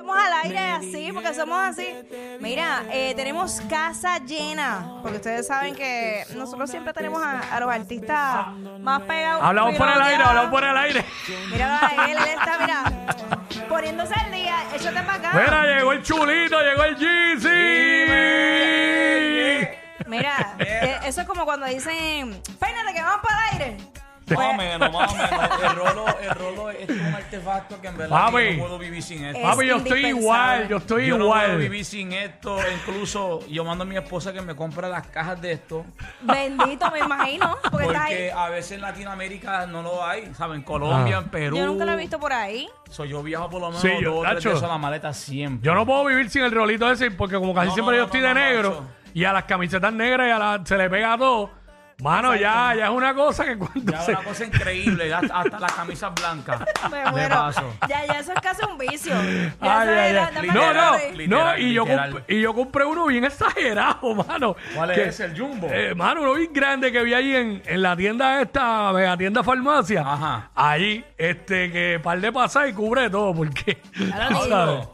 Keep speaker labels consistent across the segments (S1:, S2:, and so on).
S1: Estamos al aire así, porque somos así. Mira, eh, tenemos casa llena, porque ustedes saben que nosotros siempre tenemos a, a los artistas más pegados.
S2: Hablamos por el aire, hablamos por el aire.
S1: Mira, él, él está, mira, poniéndose al día. Échate para acá.
S2: Mira, llegó el chulito, llegó el GC.
S1: Mira, eh, eso es como cuando dicen, peínate que vamos para el aire. Pues,
S3: Más o menos, más o menos. El rolo, el rolo es un artefacto que en verdad
S2: Papi.
S3: yo no puedo vivir sin esto.
S1: Es
S2: Papi, yo estoy
S1: indispensable.
S2: igual, yo estoy
S3: yo no puedo
S2: igual.
S3: vivir sin esto. Incluso yo mando a mi esposa que me compra las cajas de esto.
S1: Bendito, me imagino, porque, estás ahí.
S3: Porque a veces en Latinoamérica no lo hay. ¿Saben? En Colombia,
S2: Ah.
S3: en Perú.
S1: Yo nunca lo he visto por ahí.
S3: So, yo viajo por lo menos
S2: Sí, yo,
S3: dos o tres
S2: Nacho.
S3: veces a la maleta siempre.
S2: Yo no puedo vivir sin el rolito ese porque como casi
S3: No,
S2: siempre yo
S3: no, no,
S2: estoy
S3: no,
S2: de
S3: no,
S2: negro
S3: Nacho.
S2: y a las camisetas negras y a la, se le pega a todo. Mano, ya, ya es una cosa que cuando
S3: Ya es
S2: se...
S3: una cosa increíble. ya Hasta, hasta las camisas blancas.
S1: Me
S3: de
S1: muero.
S3: paso.
S1: Ya, ya eso es casi un vicio. Ya
S2: Ay,
S1: eso es
S2: ay,
S1: la-
S2: ay.
S1: dame
S2: No,
S1: la
S2: no,
S1: tarde.
S2: no,
S3: Literal,
S2: y yo,
S3: literal.
S2: comp- y yo compré uno bien exagerado, mano.
S3: ¿Cuál
S2: Que-
S3: es? ¿El Jumbo?
S2: Eh, mano, uno bien grande que vi ahí en, en la tienda esta, mega tienda farmacia.
S3: Ajá.
S2: Ahí, este, que par de pasar y cubre todo, porque.
S1: Claro,
S2: ¿sabes?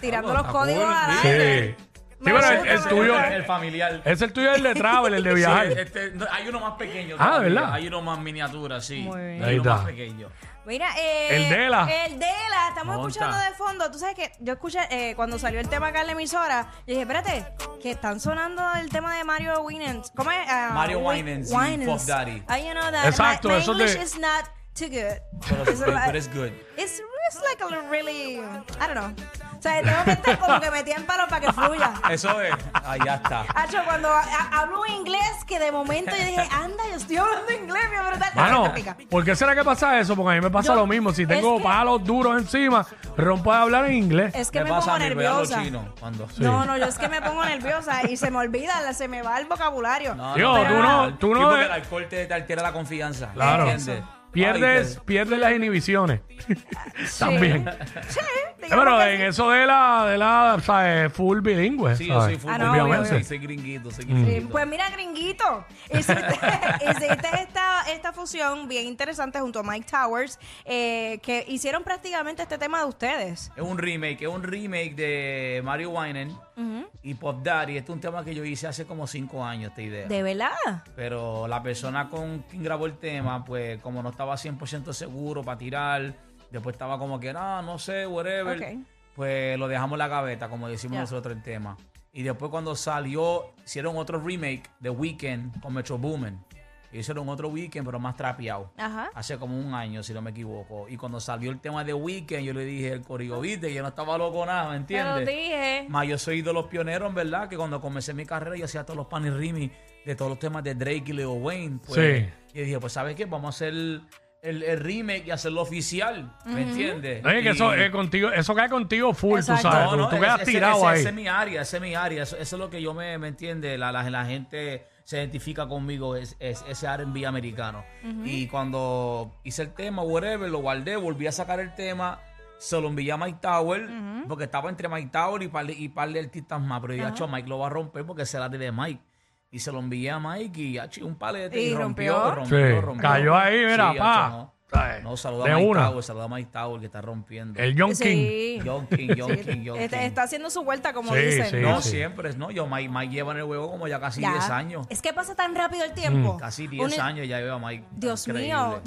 S1: Tirando
S3: No,
S1: los
S3: está
S1: códigos
S3: cool,
S1: al
S2: Sí.
S1: aire.
S2: Sí, pero el, el
S1: gusta, me
S2: tuyo.
S1: gusta.
S3: El familiar.
S2: Es el tuyo el de travel, el de viajar.
S3: Sí, este, no, hay uno más pequeño.
S2: Ah,
S3: todavía.
S2: ¿verdad?
S3: Hay uno más miniatura, sí.
S1: Muy bien.
S2: Ahí
S3: Hay uno más
S2: está.
S3: pequeño.
S1: Mira, eh,
S2: El Dela.
S1: El Dela, estamos
S3: Monta.
S1: escuchando de fondo. Tú sabes que yo escuché eh, cuando salió el tema acá en la emisora. Yo dije, espérate, que están sonando el tema de Mario Winans. ¿Cómo es? Ah,
S3: Mario
S1: Wi-
S3: Winans y
S1: Winans.
S3: Puff Daddy.
S1: Ah, you know that.
S2: Exacto,
S1: my, my
S2: eso te-
S1: English is not too good.
S3: Pero
S1: It's
S3: es
S1: a-
S3: pero es good.
S1: It's, it's like a really. I don't know. O sea, tengo que estar como que metí en palo para que fluya.
S3: Eso es. Ahí ya está.
S1: Hacho, cuando a- a- hablo inglés, que de momento yo dije, anda, yo estoy hablando inglés, mi brutal.
S2: Mano,
S1: Te pica.
S2: ¿por qué será que pasa eso? Porque a mí me pasa
S1: Yo-
S2: lo mismo. Si
S1: es
S2: tengo
S1: que-
S2: palos duros encima, rompo de hablar en inglés.
S1: Es que
S3: Me
S1: me,
S3: pasa
S1: pongo
S3: a mí, voy a los
S1: nerviosa.
S3: chinos. Cuando...
S1: No, no, yo es que me pongo nerviosa y se me olvida, la- se me va el vocabulario.
S2: Dios,
S1: tú no-
S2: tú
S3: Sí,
S2: no
S3: porque
S2: de-
S3: el alcohol te, te altera la confianza.
S2: Claro.
S3: ¿entiendes?
S2: Pierdes,
S3: Ay,
S2: pierdes las inhibiciones.
S1: Sí.
S2: También. Eh,
S1: Sí, digamos
S2: Pero
S1: que
S2: en
S1: sí.
S2: eso de la, de la, ¿sabes? Full bilingüe.
S3: te- Sí, yo soy
S2: ¿sabes?
S3: full
S1: Ah, no,
S3: bilingüe,
S1: obvio, obvio.
S3: Soy gringuito,
S2: Mm.
S3: soy
S1: Sí,
S3: gringuito.
S1: Pues mira, gringuito, hiciste, hiciste esta, esta fusión bien interesante junto a Mike Towers, eh, que hicieron prácticamente este tema de ustedes.
S3: Es un remake, es un remake de Mario Winan y Pop Daddy. Este es un tema que yo hice hace como cinco años, esta idea.
S1: ¿De verdad?
S3: Pero la persona con quien grabó el tema, pues como no estaba 100% seguro para tirar, después estaba como que, "Ah, no, no sé, whatever,
S1: Ok.
S3: pues lo dejamos en la gaveta, como decimos
S1: Ya.
S3: nosotros el tema. Y después cuando salió, hicieron otro remake de Weekend con Metro Boomin. Hicieron otro Weekend, pero más trapeado.
S1: Ajá.
S3: Hace como un año, si no me equivoco. Y cuando salió el tema de Weekend, yo le dije, el corillo, viste, yo no estaba loco nada, ¿me
S1: Te lo
S3: entiendes?
S1: dije.
S3: Más yo soy de los pioneros, en verdad, que cuando comencé mi carrera yo hacía todos los panes rimi de todos los temas de Drake y Leo Wayne. Pues,
S2: Sí.
S3: Y dije, pues, ¿sabes qué? Vamos a hacer el, el remake y hacerlo oficial. ¿Me entiendes?
S2: Oye, que
S3: Y-
S2: eso, eh, contigo, eso cae contigo full,
S1: Exacto.
S2: tú sabes.
S3: No,
S2: tú-
S3: no,
S2: tú
S3: es-
S2: quedas
S3: ese-
S2: tirado
S3: ese-
S2: ahí.
S3: ese es mi área, ese es mi área. Eso, eso es lo que yo me, me entiende. La, la, la gente se identifica conmigo, es, es ese R&B americano. Y cuando hice el tema, whatever, lo guardé, volví a sacar el tema, se lo envié a Mike Tower, porque estaba entre Mike Tower y par de, y par de artistas más. Pero yo, "Acho, Mike lo va a romper porque será de Mike. Y se lo envié a Mike y acho, un palete y,
S1: ¿Y
S3: rompió,
S1: rompió?
S3: rompió,
S2: Sí,
S3: rompió.
S2: cayó ahí, mira,
S3: Sí,
S2: pa.
S3: acho, no.
S2: Ay,
S3: No, saluda
S2: de
S3: a Mike
S2: una.
S3: Tower, saluda a Mike Tower que está rompiendo.
S2: El John King.
S1: Sí.
S3: John King, John
S1: Sí,
S3: King, John
S1: este-
S3: King.
S1: está haciendo su vuelta, como
S2: Sí,
S1: dicen.
S2: sí.
S3: No, siempre, no. Yo, Mike, Mike lleva en el juego como ya casi
S1: Ya.
S3: 10 años. Mm.
S1: Es que pasa tan rápido el tiempo.
S3: Casi 10
S1: Uno-
S3: años ya veo a Mike.
S1: Dios
S3: Increíble.
S1: mío.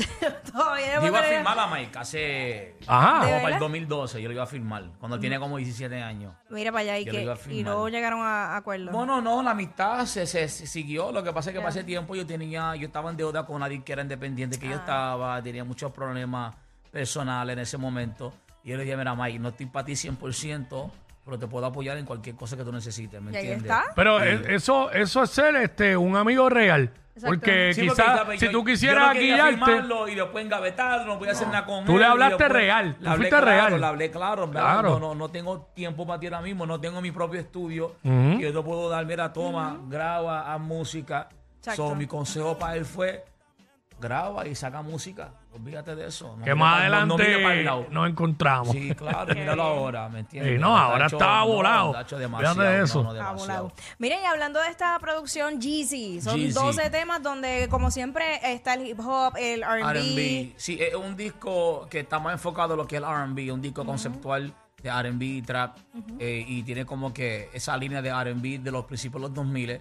S1: Todavía
S3: Yo
S1: no
S3: iba a
S1: me-
S3: firmar a Mike hace.
S1: ¿De
S2: Ajá.
S3: Como para
S1: verdad? Mm.
S3: el 2012, yo lo iba a firmar. Cuando tiene como 17 años.
S1: Mira para allá y,
S3: Yo lo
S1: que,
S3: iba a
S1: y
S3: firmar.
S1: luego llegaron a, a acuerdo.
S3: Bueno, no, la amistad se, se- se siguió. Lo que pasa es que pasé tiempo yo tenía, yo estaba en deuda con nadie que era independiente
S1: Ah.
S3: que yo estaba, tenía muchos problemas personales en ese momento. Y yo le dije, mira, Mike, no estoy para ti 100%, pero te puedo apoyar en cualquier cosa que tú necesites, ¿me
S1: y ahí
S3: entiendes?
S1: está.
S2: Pero eh, eso, eso es ser este, un amigo real.
S1: Exacto.
S2: Porque
S3: Sí, porque
S2: quizás
S3: yo-
S2: si tú
S3: yo
S2: quisieras
S3: no quería
S2: guiarte,
S3: firmarlo y después engavetarlo, no voy a hacer nada con
S2: Tú
S3: él.
S2: le
S3: y
S2: hablaste
S3: después-
S2: real, tú
S3: Le hablé
S2: fuiste
S3: claro,
S2: real.
S3: Le hablé claro. ¿verdad?
S2: Claro.
S3: No, no, no tengo tiempo para ti ahora mismo, no tengo mi propio estudio.
S2: Ujú.
S3: Y yo te puedo dar, mira, toma, graba, haz música.
S1: Exacto.
S3: So, mi consejo para él fue, graba y saca música. Olvídate de eso. No
S2: que
S3: mires
S2: más
S3: pa- no- no mires para
S2: adelante
S3: el lado.
S2: nos encontramos.
S3: Sí, claro, míralo ahora, ¿me entiendes?
S2: Sí, no, ahora
S3: Tacho,
S2: estaba volado.
S3: Tacho,
S2: Fíjate
S3: demasiado,
S2: de
S3: no,
S2: eso.
S3: no,
S1: Ah,
S3: demasiado.
S1: volado. Miren, y hablando de esta producción Jeezy, son
S3: Jeezy.
S1: 12 temas donde, como siempre, está el hip hop, el
S3: R&B.
S1: RB.
S3: Sí, es un disco que está más enfocado en lo que es el R&B, un disco conceptual de R&B y trap eh, y tiene como que esa línea de R&B de los principios de los 2000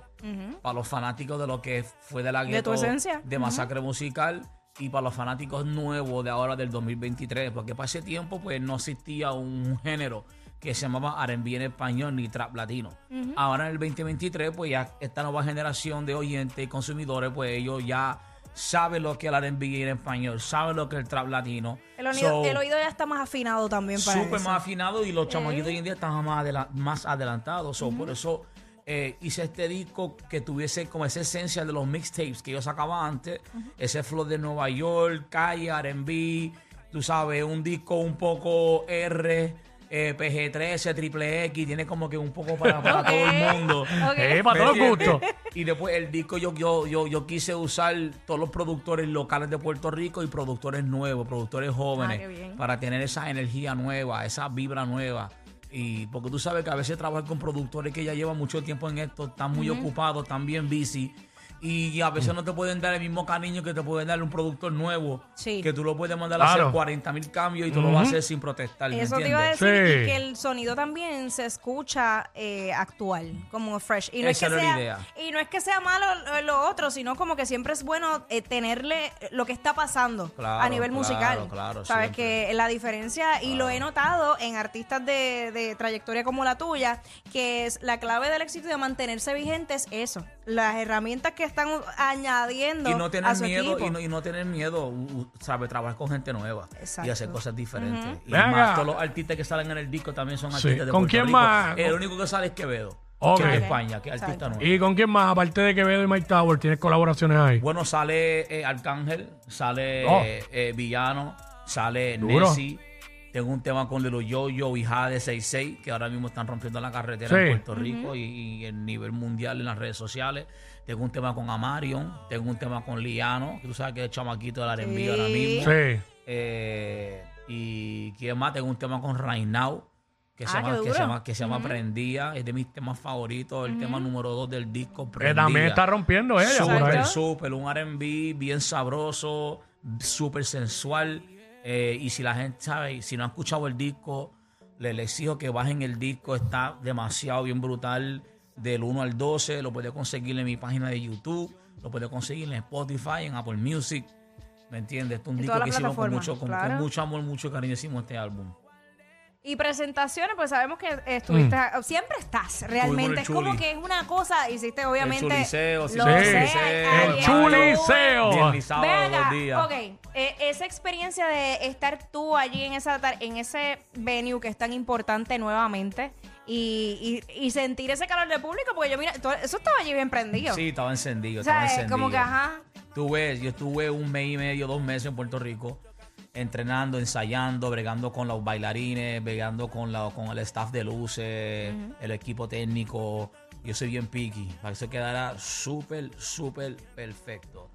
S3: para los fanáticos de lo que fue de la
S1: De tu
S3: gueto,
S1: esencia.
S3: de masacre musical y para los fanáticos nuevos de ahora del 2023 porque para ese tiempo pues no existía un género que se llamaba R&B en español ni trap latino. Ahora en el 2023 pues ya esta nueva generación de oyentes y consumidores pues ellos ya saben lo que es el R&B en español, saben lo que es el trap latino.
S1: El, oído,
S3: So,
S1: el oído ya está más afinado también para
S3: súper
S1: eso. Eh.
S3: más afinado y los chamaquitos hoy en día están más, adela- más adelantados. So, Por eso eh, hice este disco que tuviese como esa esencia de los mixtapes que yo sacaba antes, ese flow de Nueva York, calle, RB, tú sabes, un disco un poco R. eh, PG-13, Triple X, tiene como que un poco para, para
S1: Ok,
S3: todo el mundo.
S1: ok.
S2: Eh, para
S3: ¿Me
S2: todos los
S3: entiendes?
S2: gustos.
S3: Y después el disco yo, yo, yo, yo quise usar todos los productores locales de Puerto Rico y productores nuevos, productores jóvenes,
S1: Ah, qué bien.
S3: para tener esa energía nueva, esa vibra nueva. Y porque tú sabes que a veces trabajar con productores que ya llevan mucho tiempo en esto, están muy ocupados, están bien busy. Y a veces no te pueden dar el mismo cariño que te pueden dar un productor nuevo.
S1: Sí.
S3: Que tú lo puedes mandar a
S2: Claro.
S3: hacer 40 mil cambios y tú lo vas a hacer sin protestar. ¿me
S1: Eso te
S3: entiendes?
S1: iba a decir,
S2: Sí.
S1: y que el sonido también se escucha eh, actual, como fresh. Y no,
S3: Esa
S1: es que
S3: era la
S1: sea,
S3: idea.
S1: y no es que sea malo lo, lo otro, sino como que siempre es bueno eh, tenerle lo que está pasando
S3: Claro,
S1: a nivel musical.
S3: claro, claro,
S1: Sabes
S3: siempre.
S1: que la diferencia, y lo he notado en artistas de, de trayectoria como la tuya, que es la clave del éxito y de mantenerse vigente es eso. Las herramientas que están añadiendo
S3: y no
S1: a
S3: tener
S1: su
S3: miedo
S1: equipo.
S3: y no, y no tener miedo u- u- sabe trabajar con gente nueva y hacer
S1: Exacto.
S3: cosas diferentes y
S2: Venga.
S3: más todos los artistas que salen en el disco también son
S2: Sí.
S3: artistas de
S2: ¿Con
S3: Puerto
S2: quién
S3: Rico.
S2: más?
S3: el único que sale es Quevedo
S2: Ok.
S3: que es
S2: Ok.
S3: de España que es artista
S1: Exacto.
S3: nuevo
S2: ¿Y con quién más? Aparte de Quevedo y Mike Tower, ¿tienes colaboraciones ahí?
S3: bueno sale eh, Arcángel sale
S2: Oh.
S3: eh, eh, Villano sale
S2: Duro.
S3: Nessie tengo un tema con Lilo Yo-Yo y Jade 66 que ahora mismo están rompiendo la carretera
S2: Sí.
S3: en Puerto Rico y, y el nivel mundial en las redes sociales. Tengo un tema con Amarion, tengo un tema con Liano, que tú sabes que es el chamaquito del R&B ahora
S1: Sí.
S3: mismo.
S2: Sí.
S3: Eh, y quién más, tengo un tema con Right Now, que, se,
S1: Ah,
S3: llama,
S1: qué
S3: que se
S1: duro.
S3: llama, que se llama Prendía, es de mis temas favoritos, el tema número 2 del disco
S2: Que
S3: Prendía.
S2: también está rompiendo ella por ahí.
S3: Súper, súper, un R&B bien sabroso, súper sensual. eh, y si la gente sabe, si no ha escuchado el disco, le, le exijo que bajen el disco, está demasiado bien brutal, del 1 al 12, lo puede conseguir en mi página de YouTube, lo puede conseguir en Spotify, en Apple Music, ¿me entiendes? Este es un
S1: En
S3: disco
S1: todas las
S3: que hicimos con
S1: plataformas,
S3: mucho, con-
S1: claro.
S3: con mucho amor, mucho cariño hicimos este álbum.
S1: Y presentaciones, pues sabemos que estuviste, siempre estás realmente. Es
S3: Estuvimos en el
S1: como
S3: Chuli.
S1: que es una cosa, hiciste obviamente.
S3: Chuliceo, sí,
S1: lo
S3: sí,
S1: sé,
S3: el
S1: ahí- ahí
S3: Chuliceo,
S2: el
S1: es.
S2: chuliceo.
S3: Bien, mi sábado,
S1: Ven acá,
S3: dos días.
S1: ok, eh, esa experiencia de estar tú allí en, esa, tar- en ese venue que es tan importante nuevamente y, y- y sentir ese calor del público, porque yo, mira, todo- eso estaba allí bien prendido.
S3: Sí, estaba encendido.
S1: o sea,
S3: estaba
S1: es como
S3: encendido.
S1: que, ajá,
S3: Tuve, yo estuve un mes y medio, dos meses en Puerto Rico, entrenando, ensayando, bregando con los bailarines, bregando con, la, con el staff de luces, el equipo técnico. Yo soy bien picky, para que eso quedara súper, súper perfecto.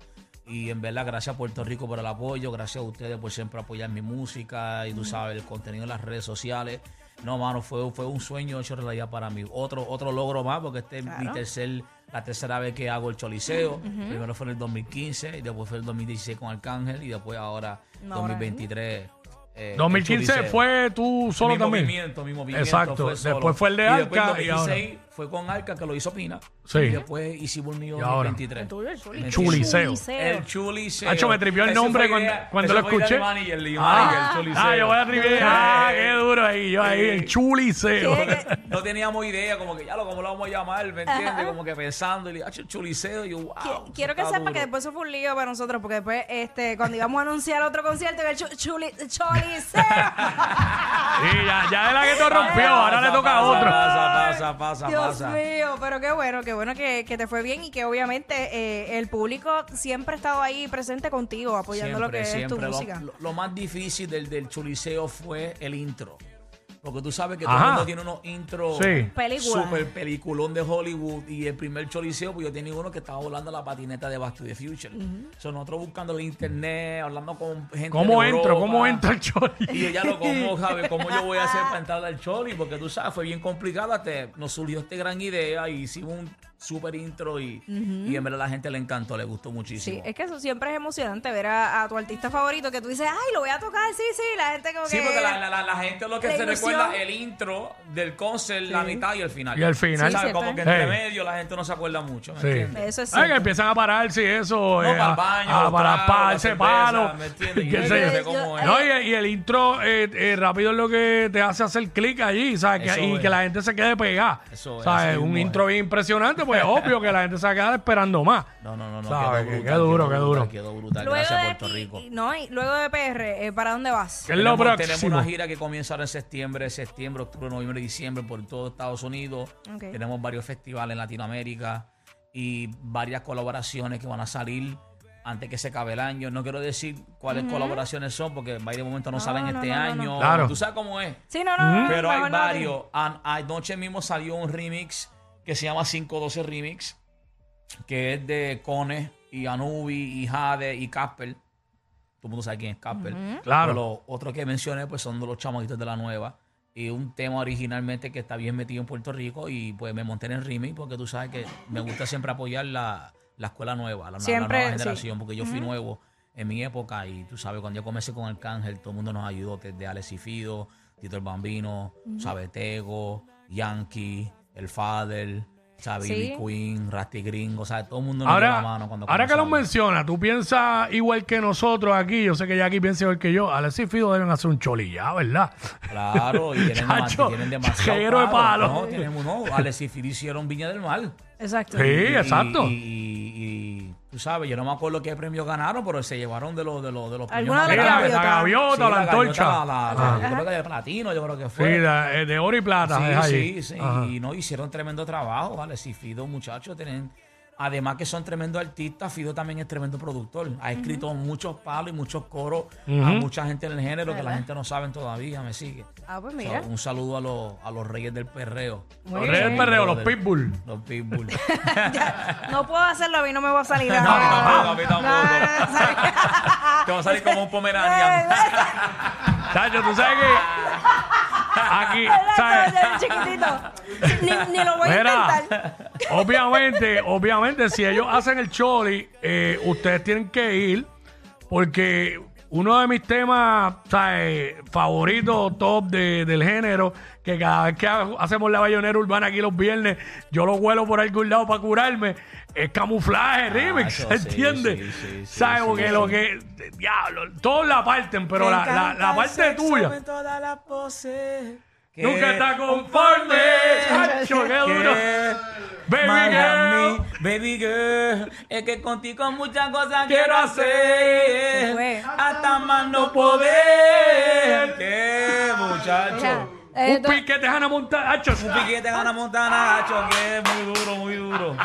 S3: Y en verdad, gracias a Puerto Rico por el apoyo, gracias a ustedes por siempre apoyar mi música y tú sabes, el contenido en las redes sociales. No, mano, fue, fue un sueño hecho realidad para mí. Otro, otro logro más, porque este es mi
S1: Claro.
S3: tercer, la tercera vez que hago el Choliseo. Primero fue en el 2015, y después fue el 2016 con Arcángel, y después ahora,
S1: Ahora.
S3: 2023. eh, el
S2: 2015
S3: Choliseo.
S2: fue tú solo
S3: mi
S2: también.
S3: Movimiento, mi movimiento
S2: Exacto.
S3: fue solo.
S2: Después fue el de
S3: Y después
S2: Arca y ahora.
S3: 2016 fue con Arca que lo hizo Pina.
S2: Sí.
S3: Y después hicimos el mío
S2: Y ahora.
S3: 2023.
S1: el tuyo, el Chuli.
S3: El
S2: Chuliceo.
S3: El Chuliceo.
S2: Hacho, me tripió el
S3: Eso
S2: nombre
S3: fue
S2: cuando-
S3: idea-
S2: cuando
S3: eso
S2: lo
S3: fue idea de
S2: escuché.
S3: manager, de
S2: Ah,
S3: manager, el
S2: ah,
S3: Chuliceo.
S2: yo voy a tripear. Ah, qué duro ahí. Yo ahí, el chuliceo.
S1: Sí, que-
S3: no teníamos idea, como que ya lo, cómo lo vamos a llamar, ¿me entiendes? Como que pensando, y le hacho chuliceo, y yo, wow.
S1: Qui-
S3: Ah, eso
S1: Quiero que
S3: está
S1: sepa que
S3: duro".
S1: después eso fue un lío para nosotros, porque después, este, cuando íbamos a anunciar otro concierto, que el chu- chuli, choliseo.
S2: Sí, ya, ya de la que te rompió. Ahora
S3: Pasa,
S2: le toca a
S3: pasa,
S2: otro.
S3: Pasa, pasa, pasa,
S1: Dios Dios
S3: pasa.
S1: mío, pero qué bueno, qué bueno que, que te fue bien y que obviamente eh, el público siempre ha estado ahí presente contigo, apoyando lo que es tu
S3: Lo-
S1: música.
S3: Lo, lo más difícil del, del chuliceo fue el intro. Porque tú sabes que todo
S2: Ajá.
S3: el mundo tiene unos intros
S2: Sí.
S1: Película.
S3: super peliculón de Hollywood. Y el primer choliseo, pues yo tenía uno que estaba volando la patineta de Back to the Future. So, nosotros buscando en internet, hablando con gente.
S2: ¿Cómo
S3: de
S2: entro?
S3: Europa.
S2: ¿Cómo entro el choli?
S3: Y yo ya lo como, ¿sabes? ¿Cómo yo voy a hacer para entrar al choli? Porque tú sabes, fue bien complicado. hasta nos surgió esta gran idea y hicimos un super intro. Y, y en verdad la gente le encantó, le gustó muchísimo.
S1: Sí, es que eso siempre es emocionante ver a, a tu artista favorito que tú dices, ay, lo voy a tocar, sí, sí, la gente como
S3: Sí,
S1: que...
S3: porque la, la- la- la gente lo que
S1: La
S3: se
S1: ilusión.
S3: recuerda el intro del concert, la mitad y el final.
S2: Y el final.
S1: Sí,
S3: ¿Sabes?
S1: cierto.
S3: Como que entre
S2: Hey.
S3: medio la gente no se acuerda mucho. ¿me
S2: Sí.
S3: entiendes?
S1: Eso es
S2: Ay, que
S1: cierto.
S2: empiezan a pararse y eso.
S3: No,
S2: eh,
S3: para
S2: a-
S3: el baño,
S2: a-
S3: los
S2: para
S3: tragos, la
S2: pararse,
S3: cerveza,
S2: palo.
S3: ¿me entiendes?
S2: Y
S3: Yo-
S2: qué
S1: yo-
S2: sé yo.
S1: yo- cómo es.
S2: No, y, y el intro eh, eh, rápido es lo que te hace hacer clic allí, ¿sabes? Que-
S3: Eso
S2: y
S3: es.
S2: que la gente se quede pegada.
S3: Eso es,
S2: ¿Sabes?
S3: así
S2: Un
S3: mismo
S2: intro
S3: es.
S2: bien impresionante, pues obvio que la gente se va a quedar esperando más.
S3: No, no, no, no.
S2: ¿Sabes? Que-
S3: quedó brutal,
S2: qué duro,
S3: quedó
S2: qué
S3: brutal,
S2: duro.
S3: Quedó brutal.
S1: Luego
S3: Gracias,
S1: de
S3: Puerto
S1: aquí-
S3: Rico.
S1: No, y luego de PR, eh, ¿para dónde vas?
S2: ¿Qué es lo
S3: Tenemos- Tenemos
S2: próximo?
S3: una gira que comienza ahora en septiembre, septiembre, octubre, noviembre, diciembre por todo Estados Unidos.
S1: Ok.
S3: Tenemos varios festivales en Latinoamérica y varias colaboraciones que van a salir antes que se acabe el año. No quiero decir cuáles colaboraciones son porque by de momento no, salen
S1: no,
S3: este
S1: no, no,
S3: año.
S2: no. Claro.
S3: Tú sabes cómo es.
S1: Sí, no, no, no,
S3: Pero
S1: mejor
S3: hay
S1: no.
S3: varios. An- Anoche mismo salió un remix que se llama 512 Remix, que es de Cone y Anubi y Jade y Casper. Todo el mundo sabe quién es Casper.
S2: Claro.
S3: Pero los otros que mencioné pues son de los chamaquitos de la nueva. Y un tema originalmente que está bien metido en Puerto Rico y pues me monté en el remix porque tú sabes que me gusta siempre apoyar la, la escuela nueva, la, la
S1: Siempre,
S3: nueva
S1: sí.
S3: generación, porque yo fui nuevo en mi época y tú sabes, cuando yo comencé con Arcángel, todo el mundo nos ayudó, desde Alex y Fido, Tito el Bambino, Sabetego, Yankee, El Fader, ¿sabes?
S1: Sí.
S3: Ivy Queen, Rasty Gringo, ¿sabes? Todo el mundo nos dio la
S2: Ahora,
S3: mano cuando
S2: ahora que los
S3: comenzamos.
S2: menciona, tú piensas igual que nosotros aquí. Yo sé que Jackie piensa igual que yo. Alexis y Fido deben hacer un choli ya, ¿verdad?
S3: Claro, y tienen, dema-
S2: Chacho,
S3: tienen demasiado.
S2: reguero de
S3: palo.
S2: palo.
S3: No, tenemos no. Alex y Fido hicieron Viña del Mar.
S1: Exacto.
S2: Sí,
S3: Y-
S2: exacto.
S3: Y, y- y tú sabes, yo no me acuerdo qué premios ganaron, pero se llevaron de los de los de los premios
S1: Alguna
S2: Sí,
S1: de
S3: más
S1: las
S2: la,
S3: grandes.
S2: la
S1: gaviota.
S2: gaviota
S3: Sí,
S2: o la
S3: la gaviota,
S2: antorcha. Ah.
S3: la- la- yo creo que de platino, yo creo que
S2: Sí,
S3: fue.
S2: la- eh, de oro y plata. es
S3: Sí,
S2: allí.
S3: sí, sí.
S2: Ajá.
S3: Y no hicieron tremendo trabajo, ¿vale? Si Fido, muchachos, tienen. Además que son tremendos artistas, Fido también es tremendo productor. Ha escrito muchos palos y muchos coros a mucha gente en el género que la gente no sabe todavía, me sigue.
S1: Ah, pues
S3: So,
S1: mira.
S3: un saludo a los, a los reyes del perreo.
S1: Muy
S2: Los reyes del
S1: bien.
S2: perreo, los pitbull.
S3: Los pitbull.
S1: No puedo hacerlo, a mí no me va a salir.
S3: No, tampoco, a mí tampoco.
S1: no, no,
S3: Te va a salir como un pomeranian.
S1: no.
S2: Chacho, tú sabes que aquí, ¿sabes?
S1: Exacto, chiquitito. Ni, ni lo voy a intentar.
S2: Mira, obviamente, obviamente, si ellos hacen el choli, eh, ustedes tienen que ir porque uno de mis temas ¿sabes? favoritos, top de- del género, que cada vez que ha- hacemos la bayonera urbana aquí los viernes, yo lo vuelo por algún lado para curarme, es camuflaje, remix,
S3: Ah, eso sí,
S2: ¿entiendes?
S3: sí, sí, sí,
S2: ¿Sabes?
S3: sí,
S2: Porque
S3: sí.
S2: lo que... Diablo, todos la parten, pero la, la- la parte tuya... Nunca está conforme. Chacho, qué duro. Baby girl.
S3: baby girl, es que contigo muchas cosas
S2: quiero
S3: quiero
S1: Se fue.
S3: hacer. Hasta más no poder. ¿Qué, muchacho?
S1: Eh,
S2: Un piquete de Hannah Montana. Hacho, es un piquete.
S3: Piquete gana Montana, Nacho, que es muy duro, muy duro.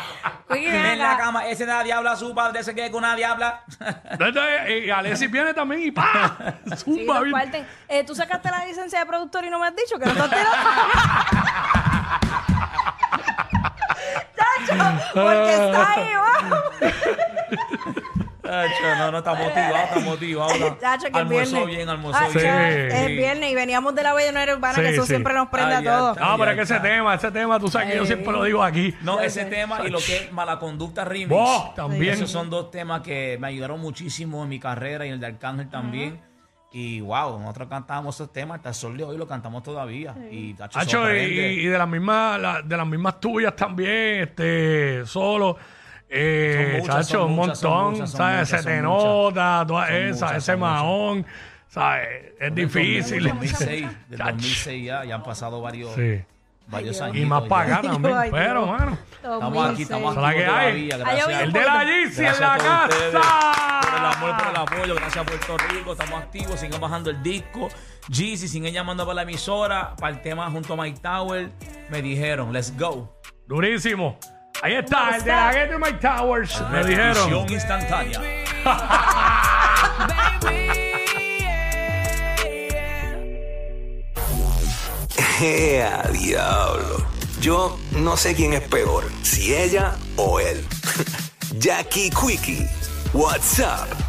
S1: Oye, ven
S3: En la
S1: acá.
S3: cama, ese era diabla, su padre se queda con una diabla.
S2: Entonces, eh, Y Alexis viene también y ¡pa!
S1: Sí, nos
S2: Zumba, bien.
S1: parten. Eh, Tú sacaste la licencia de productor y no me has dicho que no te has tirado. Chacho, porque está
S3: Ah,
S1: ahí, vamos.
S3: Nacho, no, no, está motivado, está motivado. no.
S1: Chacho, que es viernes. Ah,
S3: Almorzó bien,
S1: Ay,
S3: almorzó
S2: Sí.
S1: chacho,
S3: bien.
S1: Es viernes y veníamos de la Bellonera Urbana,
S2: Sí,
S1: que eso
S2: sí.
S1: siempre nos prende a
S3: Ay, ya
S1: todos.
S3: está.
S2: No, pero es que ese tema, ese tema, tú sabes que yo
S1: Ay.
S2: siempre lo digo aquí.
S3: No, ese tema y lo que es mala conducta remix.
S2: Vos también.
S3: Esos son dos temas que me ayudaron muchísimo en mi carrera y el de Arcángel también. Y wow, nosotros cantábamos esos temas hasta el sol de hoy lo cantamos todavía. Y tacho,
S2: Hacho, y,
S3: sorprende.
S2: y de las mismas, la- de las mismas tuyas también, este, solo. Eh,
S3: Son muchas,
S2: chacho,
S3: son
S2: un
S3: muchas, son
S2: montón,
S3: muchas, son
S2: ¿sabes?
S3: muchas,
S2: se
S3: son
S2: te
S3: muchas.
S2: nota, toda
S3: Son
S2: esa,
S3: muchas,
S2: ese
S3: son muchas.
S2: mahón, ¿sabes? Es difícil.
S3: Del 2006, del
S2: Chacho.
S3: 2006 ya, ya han pasado varios,
S2: Sí.
S3: varios años.
S2: Y más para acá
S1: Dios.
S2: también.
S1: Ay,
S2: pero,
S1: Dios.
S2: mano.
S3: Estamos aquí, estamos
S2: Esa es la
S3: aquí
S2: que hay.
S3: todavía.
S1: Allá voy
S3: Gracias.
S1: yo.
S2: El de la Yeezy en
S3: Gracias
S2: la
S3: a todos ustedes Por el
S2: casa.
S3: amor, por el apoyo. Gracias a Puerto Rico. Estamos activos. Sigan bajando el disco. Jeezy, siguen llamando para la emisora. Para el tema junto a Mike Tower. Me dijeron, let's go.
S2: Durísimo. Ahí está, el de la Ghetto My Towers. Me dijeron.
S3: instantánea.
S4: ¡Ea, ¡Eh, diablo! Yo no sé quién es peor, si ella o él. Jackie Quickie, what's up?